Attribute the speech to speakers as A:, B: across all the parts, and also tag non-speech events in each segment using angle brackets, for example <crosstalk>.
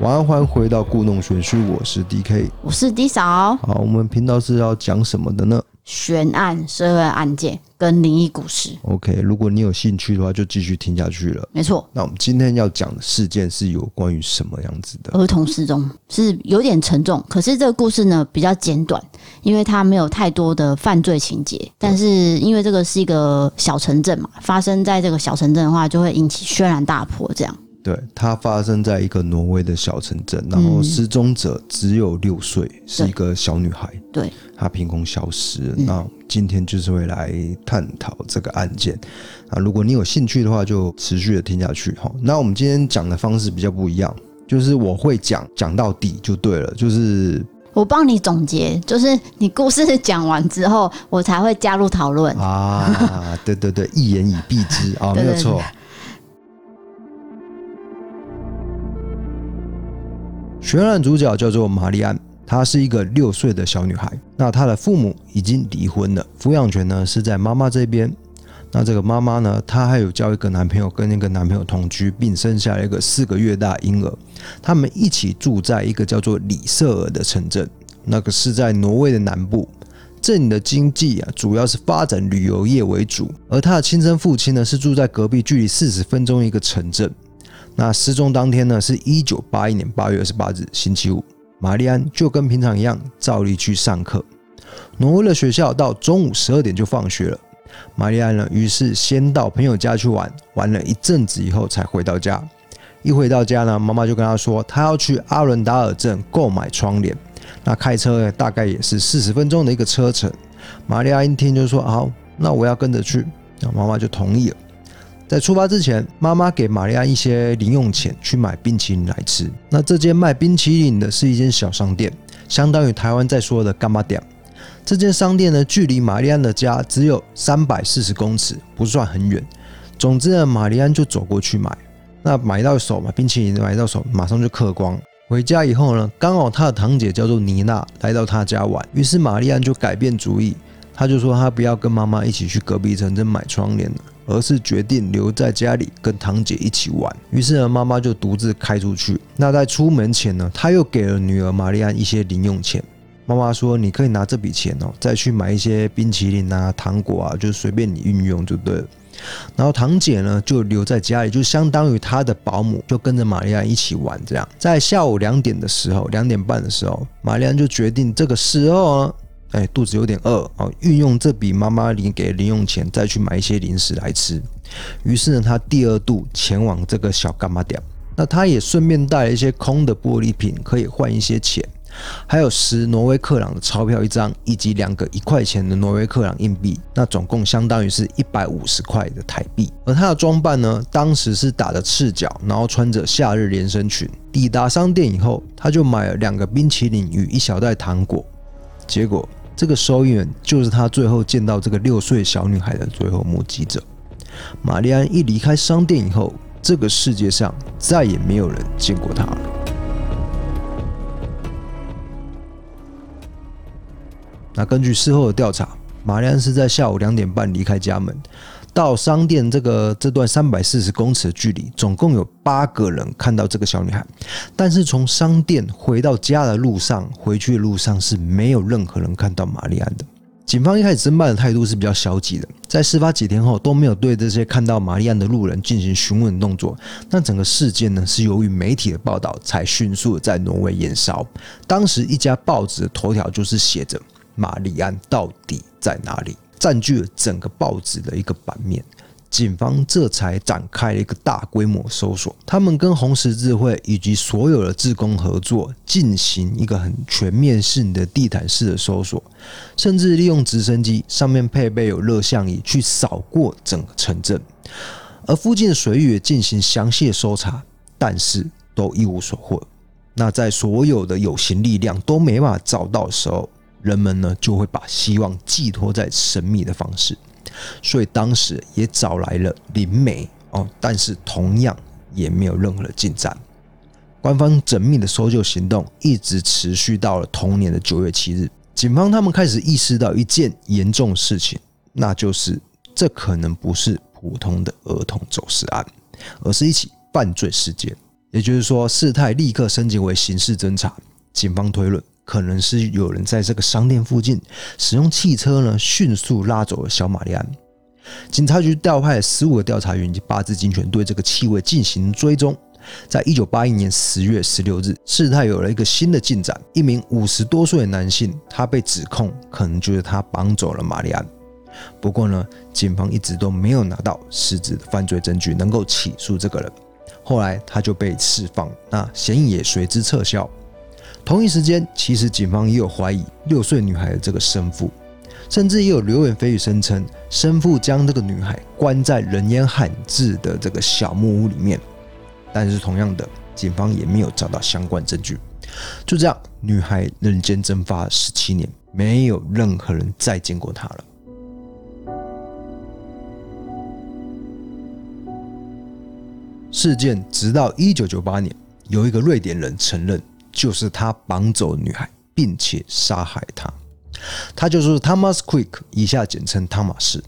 A: 麻烦回到故弄玄虚，我是 DK。
B: 我是 D 嫂，
A: 好，我们频道是要讲什么的呢
B: 悬案、社会案件跟灵异故事，
A: ？OK，如果你有兴趣的话，就继续听下去了。
B: 没错。
A: 那我们今天要讲的事件是有关于什么样子的？
B: 儿童失踪是有点沉重，可是这个故事呢比较简短，因为它没有太多的犯罪情节。但是因为这个是一个小城镇嘛，发生在这个小城镇的话，就会引起轩然大波。这样
A: 对，它发生在一个挪威的小城镇，然后失踪者只有六岁，是一个小女孩。
B: 对，
A: 她凭空消失。那今天就是会来探讨这个案件啊。如果你有兴趣的话，就持续的听下去哈。那我们今天讲的方式比较不一样，就是我会讲讲到底就对了，就是
B: 我帮你总结，就是你故事讲完之后，我才会加入讨论。
A: 啊，对对对，一言以蔽之啊，
B: 对
A: 没有
B: 对
A: 错。悬案主角叫做玛丽安，她是一个六岁的小女孩。那她的父母已经离婚了，抚养权呢是在妈妈这边。那这个妈妈呢，她还有交一个男朋友，跟那个男朋友同居，并生下了一个四个月大婴儿。他们一起住在一个叫做里瑟尔的城镇，那个是在挪威的南部。这里的经济啊，主要是发展旅游业为主，而他的亲生父亲呢，是住在隔壁距离四十分钟一个城镇。那失踪当天呢，是一九八一年八月二十八日，星期五，玛丽安就跟平常一样，照例去上课。挪威的学校到中午十二点就放学了，玛丽安呢，于是先到朋友家去玩，玩了一阵子以后才回到家。一回到家呢，妈妈就跟她说，她要去阿伦达尔镇购买窗帘。那开车呢，大概也是四十分钟的一个车程。玛利亚一听就说：“好，那我要跟着去。”那妈妈就同意了。在出发之前，妈妈给玛利亚一些零用钱去买冰淇淋来吃。那这间卖冰淇淋的是一间小商店，相当于台湾在说的干妈店。这间商店呢，距离玛丽安的家只有三百四十公尺，不算很远。总之呢，玛丽安就走过去买。那买到手嘛，冰淇淋买到手，马上就嗑光。回家以后呢，刚好她的堂姐叫做妮娜来到她家玩，于是玛丽安就改变主意，她就说她不要跟妈妈一起去隔壁城镇买窗帘了，而是决定留在家里跟堂姐一起玩。于是呢，妈妈就独自开出去。那在出门前呢，她又给了女儿玛丽安一些零用钱。妈妈说：“你可以拿这笔钱哦，再去买一些冰淇淋啊、糖果啊，就随便你运用就对了。”然后堂姐呢就留在家里，就相当于她的保姆，就跟着玛丽安一起玩。这样，在下午两点的时候，两点半的时候，玛丽安就决定这个时候呢，哎，肚子有点饿哦，运用这笔妈妈零给零用钱，再去买一些零食来吃。于是呢，她第二度前往这个小干妈店，那她也顺便带了一些空的玻璃瓶，可以换一些钱。还有十挪威克朗的钞票一张，以及两个一块钱的挪威克朗硬币，那总共相当于是一百五十块的台币。而她的装扮呢，当时是打着赤脚，然后穿着夏日连身裙。抵达商店以后，她就买了两个冰淇淋与一小袋糖果。结果，这个收银员就是她最后见到这个六岁小女孩的最后目击者。玛丽安一离开商店以后，这个世界上再也没有人见过她了。那根据事后的调查，玛丽安是在下午两点半离开家门，到商店这个这段三百四十公尺的距离，总共有八个人看到这个小女孩。但是从商店回到家的路上，回去的路上是没有任何人看到玛丽安的。警方一开始侦办的态度是比较消极的，在事发几天后都没有对这些看到玛丽安的路人进行询问动作。那整个事件呢，是由于媒体的报道才迅速地在挪威延烧。当时一家报纸的头条就是写着玛丽安到底在哪里，占据了整个报纸的一个版面。警方这才展开了一个大规模搜索，他们跟红十字会以及所有的志工合作，进行一个很全面性的地毯式的搜索，甚至利用直升机上面配备有热像仪去扫过整个城镇，而附近的水域也进行详细的搜查，但是都一无所获。那在所有的有形力量都没办法找到的时候，人们呢就会把希望寄托在神秘的方式，所以当时也找来了灵媒哦，但是同样也没有任何的进展。官方缜密的搜救行动一直持续到了同年的九月七日，警方他们开始意识到一件严重的事情，那就是这可能不是普通的儿童走失案，而是一起犯罪事件。也就是说，事态立刻升级为刑事侦查。警方推论，可能是有人在这个商店附近使用汽车呢，迅速拉走了小玛丽安。警察局调派十五个调查员以及八支警犬对这个气味进行追踪。在一九八一年十月十六日，事态有了一个新的进展。一名五十多岁的男性，他被指控可能就是他绑走了玛丽安。不过呢，警方一直都没有拿到实质的犯罪证据能够起诉这个人。后来他就被释放，那嫌疑也随之撤销。同一时间，其实警方也有怀疑六岁女孩的这个生父，甚至也有流言蜚语声称生父将这个女孩关在人烟罕至的这个小木屋里面。但是同样的，警方也没有找到相关证据。就这样，女孩人间蒸发十七年，没有任何人再见过她了。事件直到一九九八年，有一个瑞典人承认，就是他绑走女孩，并且杀害她。他就是 Thomas Quick，以下简称汤马士。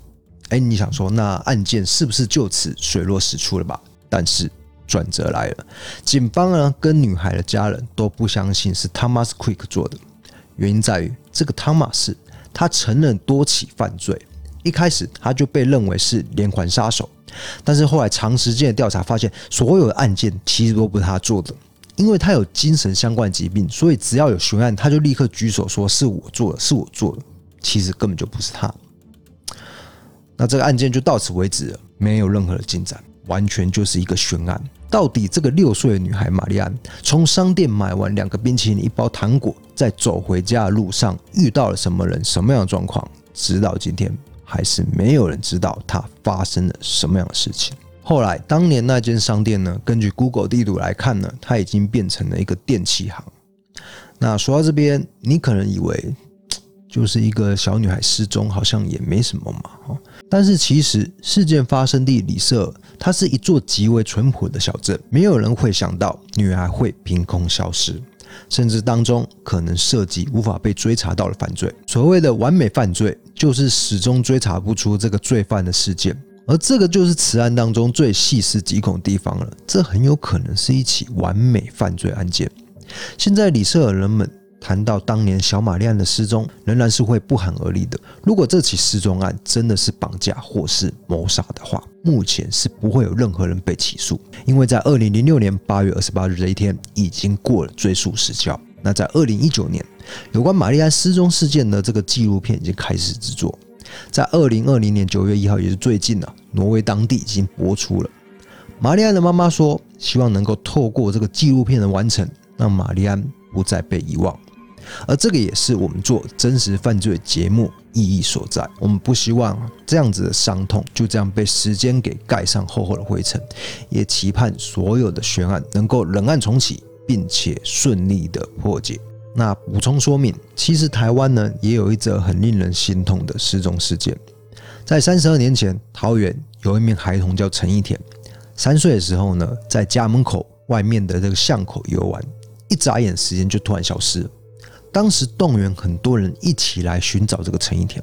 A: 哎，你想说，那案件是不是就此水落石出了吧？但是转折来了，警方呢跟女孩的家人都不相信是 Thomas Quick 做的，原因在于这个汤马士他承认多起犯罪，一开始他就被认为是连环杀手，但是后来长时间的调查发现，所有的案件其实都不是他做的，因为他有精神相关疾病，所以只要有悬案，他就立刻举手说是我做的，是我做的，其实根本就不是他。那这个案件就到此为止了，没有任何的进展，完全就是一个悬案。到底这个六岁的女孩玛丽安从商店买完两个冰淇淋、一包糖果，在走回家的路上遇到了什么人、什么样的状况？直到今天，还是没有人知道她发生了什么样的事情。后来，当年那间商店呢，根据 Google 地图来看呢，它已经变成了一个电器行。那说到这边，你可能以为就是一个小女孩失踪，好像也没什么嘛，哦。但是其实事件发生地里舍尔，它是一座极为淳朴的小镇，没有人会想到女孩会凭空消失，甚至当中可能涉及无法被追查到的犯罪。所谓的完美犯罪，就是始终追查不出这个罪犯的事件，而这个就是此案当中最细思极恐的地方了。这很有可能是一起完美犯罪案件。现在里舍尔人们谈到当年小玛丽安的失踪，仍然是会不寒而栗的。如果这起失踪案真的是绑架或是谋杀的话，目前是不会有任何人被起诉，因为在二零零六年八月二十八日这一天已经过了追诉时效。那在二零一九年，有关玛丽安失踪事件的这个纪录片已经开始制作，在二零二零年九月一号，也是最近啊，挪威当地已经播出了。玛丽安的妈妈说，希望能够透过这个纪录片的完成，让玛丽安不再被遗忘。而这个也是我们做真实犯罪节目意义所在。我们不希望这样子的伤痛就这样被时间给盖上厚厚的灰尘，也期盼所有的悬案能够冷案重启，并且顺利的破解。那补充说明，其实台湾呢也有一则很令人心痛的失踪事件，在三十二年前，桃园有一名孩童叫陈义田，三岁的时候呢，在家门口外面的这个巷口游玩，一眨眼时间就突然消失了。当时动员很多人一起来寻找这个陈一田。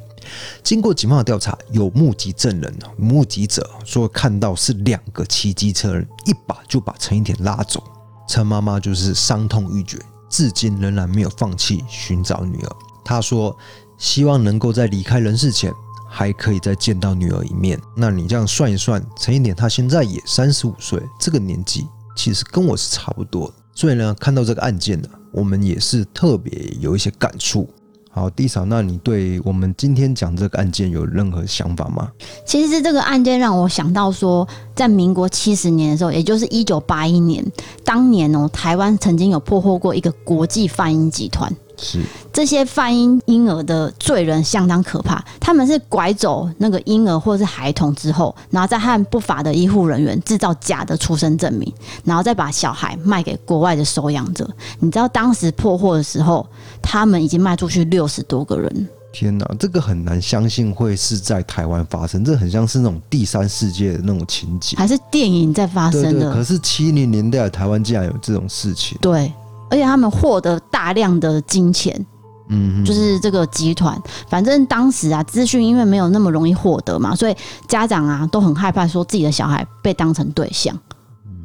A: 经过警方的调查，有目击证人、目击者说看到是两个骑机车人一把就把陈一田拉走。陈妈妈就是伤痛欲绝，至今仍然没有放弃寻找女儿。她说希望能够在离开人世前还可以再见到女儿一面。那你这样算一算，陈一田她现在也三十五岁，这个年纪其实跟我是差不多的。所以呢，看到这个案件呢、啊，我们也是特别有一些感触。好，弟嫂，那你对我们今天讲这个案件有任何想法吗？
B: 其实这个案件让我想到说，在民国七十年的时候，也就是一九八一年，当年哦、台湾曾经有破获过一个国际贩婴集团。
A: 是
B: 这些贩婴婴儿的罪人相当可怕，他们是拐走那个婴儿或是孩童之后，然后再和不法的医护人员制造假的出生证明，然后再把小孩卖给国外的收养者。你知道当时破获的时候，他们已经卖出去六十多个人。
A: 天哪，这个很难相信会是在台湾发生，这很像是那种第三世界的那种情节。
B: 还是电影在发生
A: 对
B: 的。
A: 对，可是七零年代的台湾竟然有这种事情，
B: 对，而且他们获得大量的金钱，
A: 嗯，
B: 就是这个集团。反正当时啊，资讯因为没有那么容易获得嘛，所以家长啊都很害怕说自己的小孩被当成对象，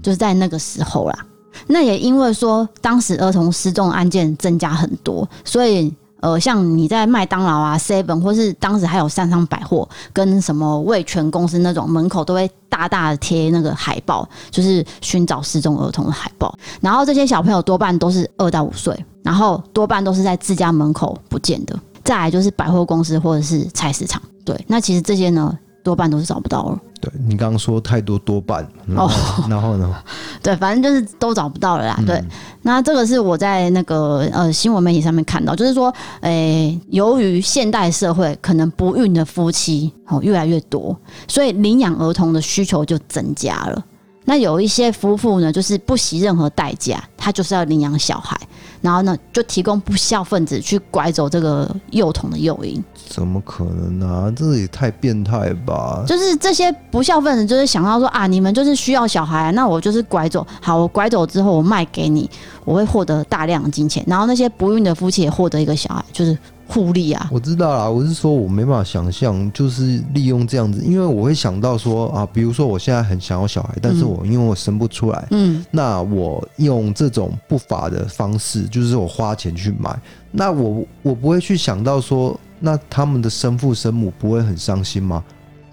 B: 就是在那个时候啦。那也因为说当时儿童失踪案件增加很多，所以呃，像你在麦当劳啊、Seven 或是当时还有三商百货跟什么味全公司那种门口都会大大的贴那个海报，就是寻找失踪儿童的海报。然后这些小朋友多半都是二到五岁，然后多半都是在自家门口不见的。再来就是百货公司或者是菜市场，对，那其实这些呢多半都是找不到了。
A: 对你刚刚说太多多半，然
B: 哦
A: 后、然后呢？
B: 对，反正就是都找不到了啦。对，那这个是我在那个呃新闻媒体上面看到，就是说，诶、由于现代社会可能不孕的夫妻哦越来越多，所以领养儿童的需求就增加了。那有一些夫妇呢，就是不惜任何代价，他就是要领养小孩，然后呢就提供不孝分子去拐走这个幼童的诱因，
A: 怎么可能啊？这也太变态了吧！
B: 就是这些不孝分子就是想到说啊，你们就是需要小孩、啊那我就是拐走，好，我拐走之后我卖给你，我会获得大量的金钱，然后那些不孕的夫妻也获得一个小孩，就是互利啊。
A: 我知道啦，我是说我没办法想象，就是利用这样子，因为我会想到说啊，比如说我现在很想要小孩，但是我因为我生不出来，
B: 嗯，
A: 那我用这种不法的方式，就是我花钱去买，那我我不会去想到说，那他们的生父生母不会很伤心吗？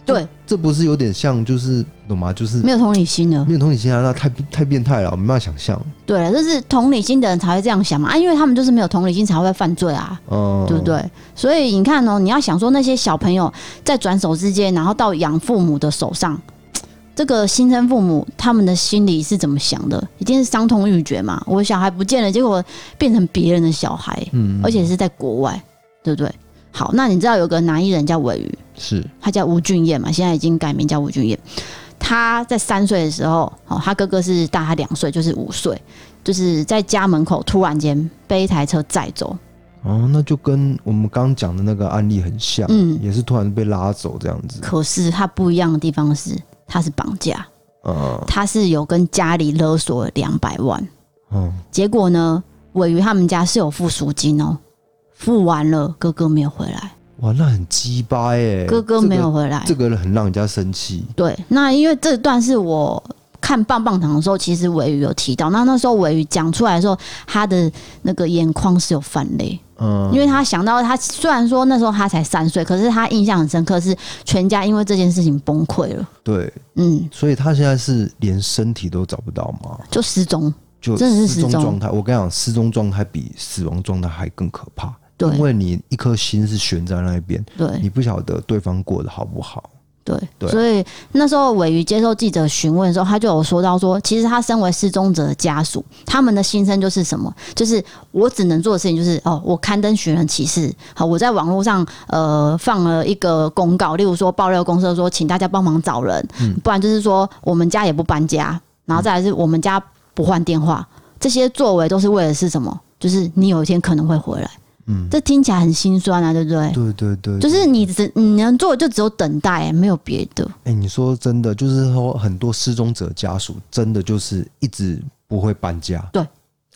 B: 对，
A: 这不是有点像就是懂吗？就是
B: 没有同理心的。
A: 没有同理心啊，那太太变态了，我没办法想象。
B: 对了，这是同理心的人才会这样想嘛啊，因为他们就是没有同理心才会犯罪啊，
A: 嗯，
B: 对不？对？所以你看哦、你要想说那些小朋友在转手之间，然后到养父母的手上。这个新生父母他们的心里是怎么想的？一定是伤痛欲绝嘛！我小孩不见了，结果变成别人的小孩，
A: 嗯，
B: 而且是在国外，对不对？好，那你知道有个男艺人叫尾鱼，
A: 是
B: 他叫吴俊彦嘛，现在已经改名叫吴俊彦。他在三岁的时候，哦，他哥哥是大他两岁，就是五岁，就是在家门口突然间被一台车载走，
A: 哦，那就跟我们刚讲的那个案例很像，
B: 嗯
A: 也是突然被拉走这样子，
B: 可是他不一样的地方是，他是绑架，
A: 嗯
B: 他是有跟家里勒索两百万，
A: 嗯，
B: 结果呢，尾鱼他们家是有付赎金哦，付完了，哥哥没有回来，
A: 哇，那很鸡巴耶，
B: 哥哥没有回来，
A: 哎这个，这个很让人家生气，
B: 对，那因为这段是我看棒棒糖的时候，其实尾鱼有提到，那那时候尾鱼讲出来的时候，他的那个眼眶是有泛泪，
A: 嗯，
B: 因为他想到他虽然说那时候他才三岁，可是他印象很深刻，是全家因为这件事情崩溃了，
A: 对，
B: 嗯，
A: 所以他现在是连身体都找不到嘛，
B: 就失踪，
A: 就
B: 真的是
A: 失踪
B: 失踪
A: 状态。我跟你讲，失踪状态比死亡状态还更可怕，
B: 对
A: 因为你一颗心是悬在那一边，
B: 对
A: 你不晓得对方过得好不好。
B: 对，
A: 对
B: 所以那时候尾鱼接受记者询问的时候，他就有说到说，其实他身为失踪者的家属，他们的心声就是什么？就是我只能做的事情就是哦，我刊登寻人启事，好，我在网络上呃放了一个公告，例如说爆料公社说，请大家帮忙找人，
A: 嗯
B: 不然就是说我们家也不搬家，然后再来是我们家不换电话，这些作为都是为了是什么？就是你有一天可能会回来，
A: 嗯，
B: 这听起来很心酸啊，对不对？
A: 对对对，
B: 就是你只你能做的就只有等待，没有别的。
A: 哎、你说真的，就是说很多失踪者家属真的就是一直不会搬家，
B: 对，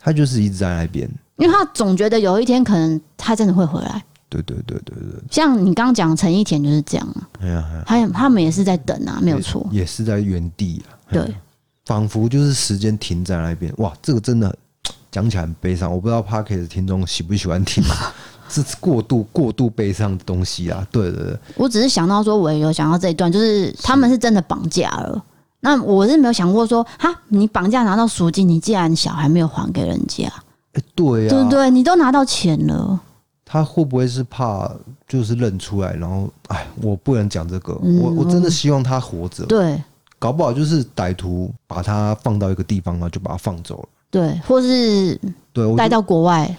A: 他就是一直在那边。
B: 因为他总觉得有一天可能他真的会回来。
A: 对对对对对，
B: 像你刚刚讲陈一田就是这样啊，
A: 哎呀，哎呀
B: 他也他们也是在等啊，没有错。
A: 也是在原地啊，
B: 对，
A: 仿佛就是时间停在那边。哇，这个真的讲起来很悲伤，我不知道 p a r k e 的听众喜不喜欢听啊，
B: <laughs>
A: 这是过度过度悲伤的东西啊。对对对，
B: 我只是想到说，我也有想到这一段，就是他们是真的绑架了。那我是没有想过说，哈，你绑架拿到赎金，你既然小孩没有还给人家，
A: 哎、对呀、
B: 对不对？你都拿到钱了，
A: 他会不会是怕就是认出来，然后哎，我不能讲这个，
B: 嗯
A: 我我真的希望他活着。
B: 对
A: 搞不好就是歹徒把他放到一个地方，然后就把他放走了。
B: 对，或是
A: 对，嗯我嗯
B: 带
A: 就
B: 到国外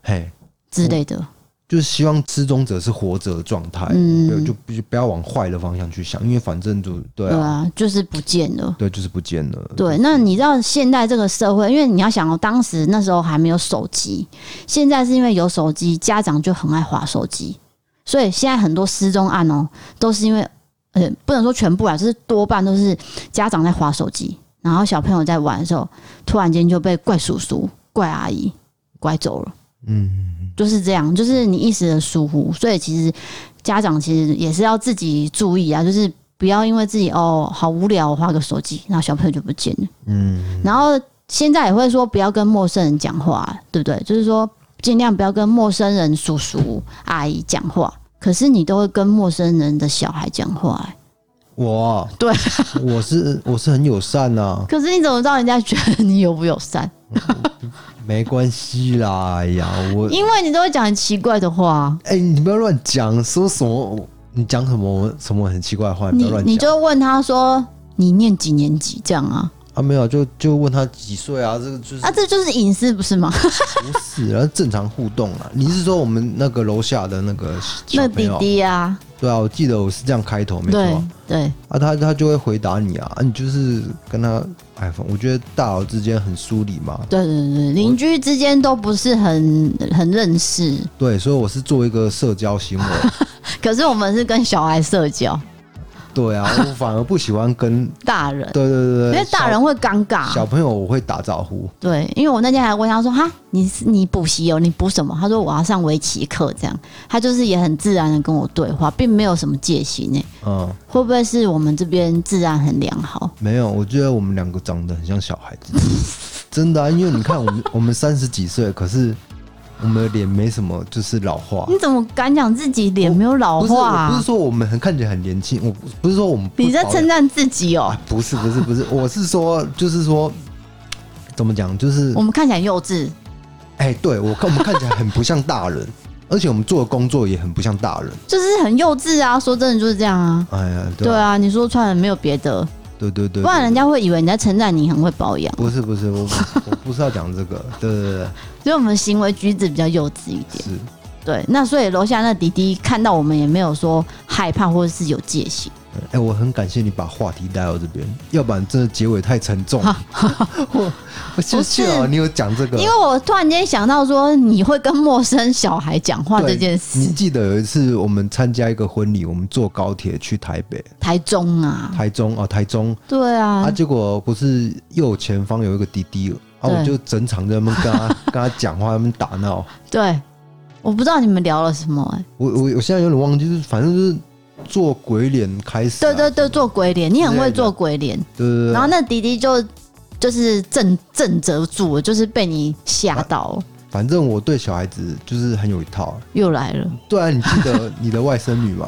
A: 嘿，
B: 之类的。
A: 就是希望失踪者是活着的状态，
B: 嗯
A: 对，就不不要往坏的方向去想，因为反正就对
B: 对
A: 啊，
B: 啊，就是不见了。
A: 对，就是不见了。
B: 对，那你知道现在这个社会，因为你要想哦，当时那时候还没有手机，现在是因为有手机，家长就很爱划手机，所以现在很多失踪案哦，都是因为呃，不能说全部啊，就是多半都是家长在划手机，然后小朋友在玩的时候，突然间就被怪叔叔、怪阿姨拐走了，
A: 嗯，
B: 就是这样，就是你一时的疏忽，所以其实家长其实也是要自己注意啊，就是不要因为自己哦好无聊，我划个手机，然后小朋友就不见了。
A: 嗯
B: 然后现在也会说不要跟陌生人讲话，对不对？就是说尽量不要跟陌生人叔叔阿姨讲话。可是你都会跟陌生人的小孩讲话、欸
A: 我啊
B: 对，
A: <laughs> 我是我是很友善啊呐、
B: 可是你怎么知道人家觉得你友不友善？
A: 没关系啦。哎呀，我
B: 因为你都会讲很奇怪的话，
A: 哎、你不要乱讲，说什么你讲什么我什么很奇怪的话，你不
B: 你
A: 要乱
B: 你
A: 讲
B: 就问他说你念几年级这样啊？
A: 啊。没有，就就问他几岁啊，这个就是
B: 啊，这就是隐私不是吗？
A: 不是，然后正常互动
B: <laughs>
A: 啊。你是说我们那个楼下的那个小
B: 那
A: 朋
B: 弟
A: 友？
B: 弟啊，
A: 对啊，我记得我是这样开头，没错
B: 对
A: 啊
B: 对，
A: 啊。他他就会回答你啊，啊你就是跟他哎，反我觉得大佬之间很疏离嘛，
B: 对对对，邻居之间都不是很很认识，
A: 对，所以我是做一个社交行
B: <laughs>
A: 为。
B: 可是我们是跟小孩社交，
A: 对啊，我反而不喜欢跟
B: 大人，
A: 对对对对，
B: 因为大人会尴尬
A: 小。小朋友我会打招呼，
B: 对，因为我那天还问他说：“哈，你是你补习哦？你补什么？”他说：“我要上围棋课。”这样，他就是也很自然的跟我对话，并没有什么戒心诶、
A: 嗯，
B: 会不会是我们这边治安很良好？
A: 没有，我觉得我们两个长得很像小孩子， <laughs> 真的啊，因为你看我们我们三十几岁，可是我们的脸没什么，就是老化。
B: 你怎么敢讲自己脸没有老
A: 不是，
B: 化、
A: 我不是
B: 啊？
A: 说我们很看起来很年轻，我不是说我们不
B: 你在
A: 保养
B: 称赞自己哦、
A: 啊？不是不是不是，我是说就是说怎么讲，就是
B: 我们看起来很幼稚，
A: 哎、对我看我们看起来很不像大人， <laughs> 而且我们做的工作也很不像大人。
B: 就是很幼稚啊！说真的就是这样啊。
A: 哎呀，对
B: 对
A: 啊
B: 啊，你说穿了没有别的，
A: 对对对，
B: 不然人家会以为你在称赞你很会保养。
A: 不是不是，我不我不是要讲这个， <laughs> 对对对，
B: 所以我们行为举止比较幼稚一点。
A: 是，
B: 对，那所以楼下那弟弟看到我们也没有说害怕或者是有戒心。
A: 哎、我很感谢你把话题带到这边，要不然真的结尾太沉重。
B: <laughs>
A: 我我谢谢
B: 不
A: 哦，
B: 是
A: 你有讲这个，
B: 因为我突然间想到说你会跟陌生小孩讲话
A: 对
B: 这件
A: 你
B: 事，
A: 记得有一次我们参加一个婚礼，我们坐高铁去台北、
B: 台中啊，
A: 台中哦，台中
B: 对啊
A: 啊，，结果不是右前方有一个滴滴，啊，
B: 对
A: 我就整场在那边跟
B: <laughs>
A: 他跟他讲话，在那边打闹。
B: 对，我不知道你们聊了什么、欸，
A: 我我我现在有点忘记，就是反正就是做鬼脸开始啊、
B: 对对对，做鬼脸，你很
A: 之类
B: 会
A: 的
B: 做鬼脸，
A: 对对对，
B: 然后那弟弟就就是震震折住了，就是被你吓到了，
A: 反正我对小孩子就是很有一套啊。
B: 又来了，
A: 对啊，你记得你的外甥女
B: <laughs>
A: 嘛？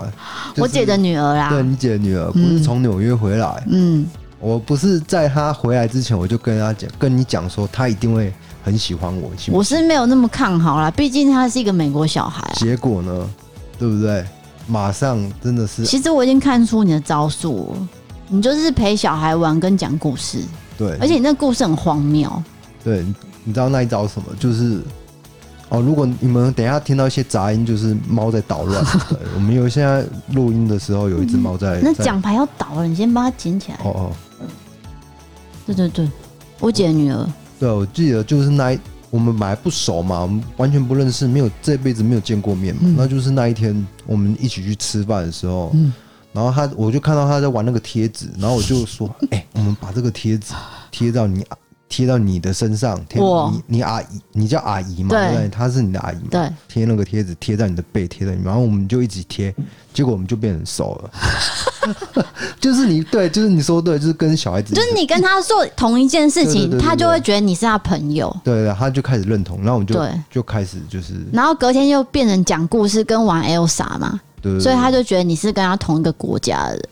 A: 就是
B: 我姐的女儿啊嗯啦，
A: 对你姐的女儿不是从纽约回来，
B: 嗯，
A: 我不是在她回来之前我就跟她讲，跟你讲说她一定会很喜欢我，信不
B: 我
A: 信
B: 是没有那么看好啦，毕竟他是一个美国小孩啊。
A: 结果呢，对不对？马上真的是
B: 其实我已经看出你的招数了，你就是陪小孩玩跟讲故事，
A: 对，
B: 而且你那故事很荒谬，
A: 对，你知道那一招什么？就是哦，如果你们等一下听到一些杂音，就是猫在捣
B: <laughs>
A: 乱。对，我们有现在录音的时候有一只猫在
B: 那
A: 在
B: 奖牌要倒了，你先帮他捡起来。
A: 哦哦，
B: 对对对，我姐的女儿，
A: 对，我记得就是那一我们本来不熟嘛，我们完全不认识，没有这辈子没有见过面嘛。
B: 嗯
A: 那就是那一天我们一起去吃饭的时候，
B: 嗯
A: 然后他我就看到他在玩那个贴纸，然后我就说：“哎、我们把这个贴纸贴到你啊贴到你的身上，贴
B: 哇
A: 你你阿姨，你叫阿姨嘛，
B: 对
A: 对不对？她是你的阿姨嘛，
B: 对，
A: 贴那个贴纸贴在你的背，贴在你，然后我们就一起贴，结果我们就变很熟了。 <laughs> 就是你对，就是你说对，就是跟小孩子一起，
B: 就是你跟他做同一件
A: 对
B: 事
A: 对对
B: 情，
A: 对
B: 他就
A: 对
B: 会觉得你是他朋友。
A: 对对，他就开始认同，然后我们就
B: 对
A: 就开始就是
B: 然后隔天又变成讲故事跟玩 Elsa 嘛，
A: 对对，
B: 所以他
A: 就
B: 就觉得你是跟他同一个国家的人。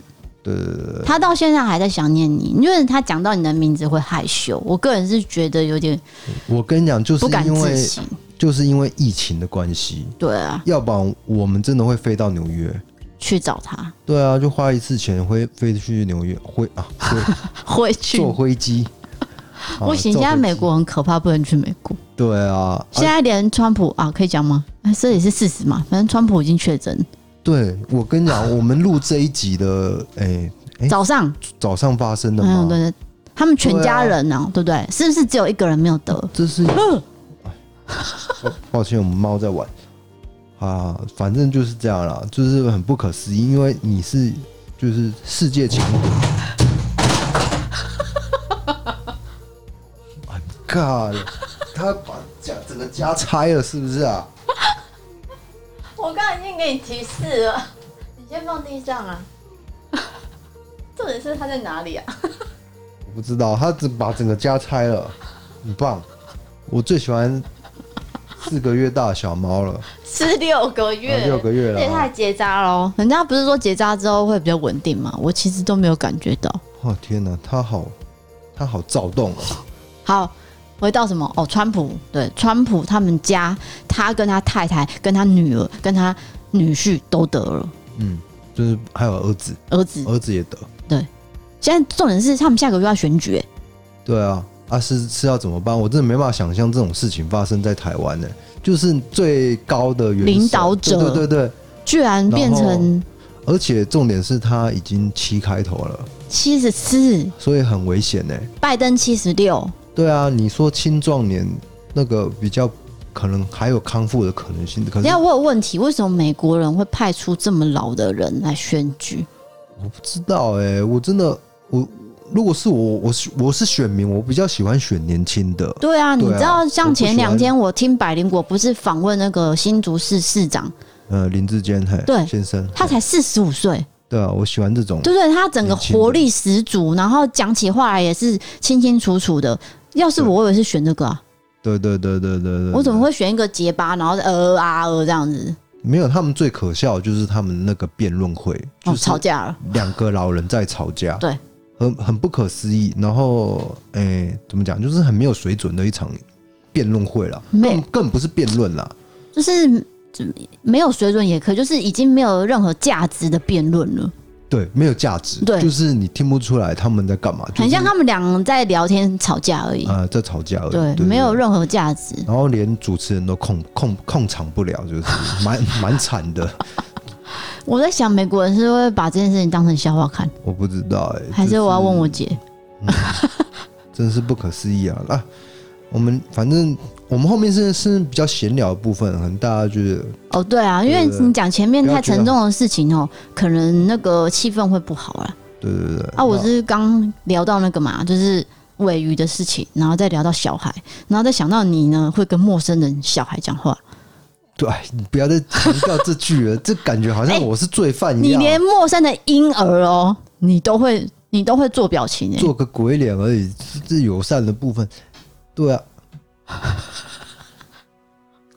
A: 对对对对
B: 他到现在还在想念你，因为他讲到你的名字会害羞。我个人是觉得有点
A: 我跟你讲，就是
B: 不敢
A: 因
B: 置
A: 为
B: 信。
A: 就是因为疫情的关系，
B: 对啊，
A: 要不然我们真的会飞到纽约。
B: 去找他，
A: 对啊，就花一次钱会飞去纽约，会啊，
B: <laughs>
A: 会
B: 回去。
A: 坐飞
B: <laughs>
A: 机。啊
B: 不行，
A: 坐
B: 现
A: 飞
B: 在美
A: 机
B: 国很可怕，不能去美国。
A: 对啊，
B: 现
A: 啊
B: 在连川普啊，可以讲吗？哎这也是事实嘛，反正川普已经确诊。
A: 对我跟你讲，我们录这一集的，哎，哎
B: 早上，
A: 早上发生的
B: 还有
A: 嘛，
B: 嗯对，他们全
A: 对啊
B: 家人呢、对不对？是不是只有一个人没有得？
A: 这是 <laughs> 哦抱歉，我们猫在玩啊，反正就是这样啦，就是很不可思议，因为你是就是世界前五。My God，他把家整个家拆了，是不是啊？
B: 我刚才已经给你提示了，你先放地上啊。 <laughs> 重点是他在哪里啊？
A: 我不知道，他只把整个家拆了。很棒。我最喜欢四个月大的小猫了，
C: 是六个
A: 然后
C: 月，
A: 六个月了
C: 这也太
A: 啊。
C: 结扎喽！
B: 人家不是说结扎之后会比较稳定吗？我其实都没有感觉到。
A: 哦天哪，它好，它好躁动哦。
B: 好，回到什么？哦，川普对，川普他们家，他跟他太太、跟他女儿、跟他女婿都得了，
A: 嗯，就是还有儿子，
B: 儿子。
A: 儿子也得。
B: 现在重点是他们下个月要选举、欸
A: 对啊，啊是是要怎么办？我真的没办法想象这种事情发生在台湾呢、就是最高的元首
B: 领导者
A: 对对对对，
B: 居然变成
A: 而且重点是他已经七开头了，
B: 七十四，
A: 所以很危险呢、
B: 拜登七十六，
A: 对啊，你说青壮年那个比较可能还有康复的可能性，可
B: 等一
A: 是
B: 下我有问题，为什么美国人会派出这么老的人来选举？
A: 我不知道哎、我真的我如果是我，我是我是选民，我比较喜欢选年轻的。
B: 对啊，你
A: 对啊
B: 知道像前
A: 我
B: 两
A: 不喜
B: 天我听百灵果不是访问那个新竹市市长，
A: 呃，林志坚嘿，
B: 对
A: 先生，
B: 他才四十五岁，
A: 对啊，我喜欢这种，
B: 对不对？他整个活力十足，然后讲起话来也是清清楚楚的。要是我，我也是选这个啊，
A: 对对对对对对。
B: 我怎么会选一个结巴，然后呃啊呃这样子，
A: 没有，他们最可笑的就是他们那个辩论会，
B: 哦，
A: 就是
B: 吵架了，
A: 两个老人在吵架，
B: <laughs> 对，
A: 很很不可思议。然后，哎、怎么讲，就是很没有水准的一场辩论会啦，
B: 没
A: 更不是辩论啦，
B: 就是。没有水准也可以，就是已经没有任何价值的辩论了，
A: 对，没有价值，
B: 对
A: 就是你听不出来他们在干嘛，就是、
B: 很像他们俩在聊天吵架而已，
A: 啊、在吵架而已，
B: 对，没有。任何价值。
A: 然后连主持人都控控控场不了，就是蛮蛮惨的。
B: 我在想，美国人是会把这件事情当成笑话看，
A: 我不知道哎、
B: 还是
A: 就
B: 我要问我姐？
A: 真是不可思议啊！啊，我们反正我们后面是是比较闲聊的部分，可能大家就是
B: 哦，对啊，因为
A: 对对对
B: 你讲前面
A: 不要
B: 太
A: 觉得
B: 沉重的事情哦，可能那个气氛会不好啦。
A: 对对对
B: 啊，我是刚聊到那个嘛，就是尾鱼的事情，然后再聊到小孩，然后再想到你呢会跟陌生人小孩讲话，
A: 对，哎你不要再强调这句
B: <laughs>
A: 了，这感觉好像我是罪犯一
B: 哎你
A: 样，
B: 连陌生的婴儿哦，你都会你都会做表情诶、欸
A: 做个鬼脸而已，这是友善的部分。对啊。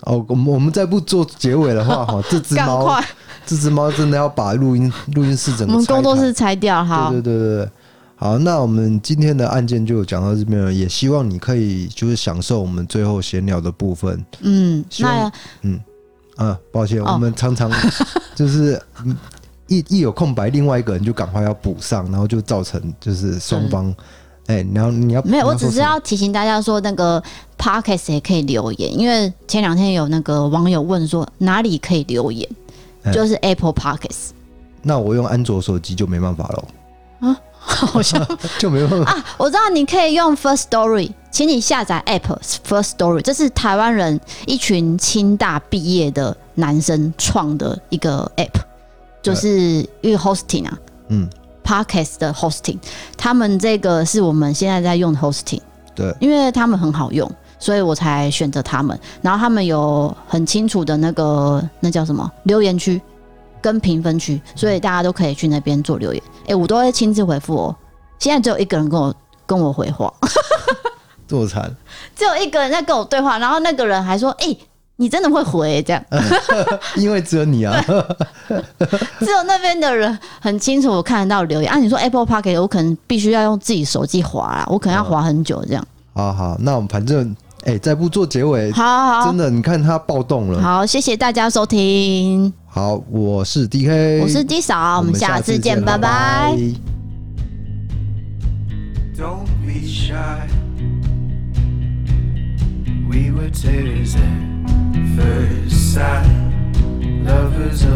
A: 哦，我们我们再不做结尾的话，哈，这只
B: 赶
A: 猫
B: 快，，
A: 这只猫真的要把录音录音室整
B: 我
A: 个
B: 们
A: 拆
B: 工作
A: 开
B: 室拆掉，好
A: 对，对对对对，好，那我们今天的案件就讲到这边了，也希望你可以就是享受我们最后闲聊的部分。
B: 嗯，
A: 希望
B: 那
A: 啊，抱歉，
B: 哦
A: 我们常 <laughs> 常就是嗯一一有空白，另外一个人就赶快要补上，然后就造成就是双方，哎，你要你要
B: 嗯没有，
A: 你
B: 我只
A: 说
B: 是
A: 什么
B: 要提醒大家说，那个 podcast 也可以留言，因为前两天有那个网友问说哪里可以留言，
A: 嗯
B: 就是
A: <laughs>
B: Apple podcast
A: 那我用安卓手机就没办法了，
B: 好像
A: 就没办法。
B: 啊，我知道你可以用 First Story，请你下载 App First Story，这是台湾人一群清大毕业的男生创的一个 App，就是因为 hosting 啊，
A: 嗯，
B: Podcast 的 hosting，他们这个是我们现在在用的 hosting，
A: 对，
B: 因为他们很好用，所以我才选择他们。然后他们有很清楚的那个那叫什么留言区跟评分区，所以大家都可以去那边做留言。哎、我都会亲自回复哦。现在只有一个人跟我跟我回话， <laughs>
A: 这么惨，
B: 只有一个人在跟我对话，然后那个人还说：“哎、你真的会回、这样。
A: 因为只有你啊，
B: 只有那边的人很清楚，我看得到留言。啊，你说 Apple p o c k e t 我可能必须要用自己手机滑啦，我可能要滑很久这样。
A: <laughs> 好好，那我们反正哎，再不做结尾，
B: 好好好
A: 真的，你看它暴动了。
B: 好，谢谢大家收听，
A: 好，我是 D K，
B: 我是 D 哎嫂，我们下次见，拜拜。
D: Don't be shy. We were tears at first sight, lovers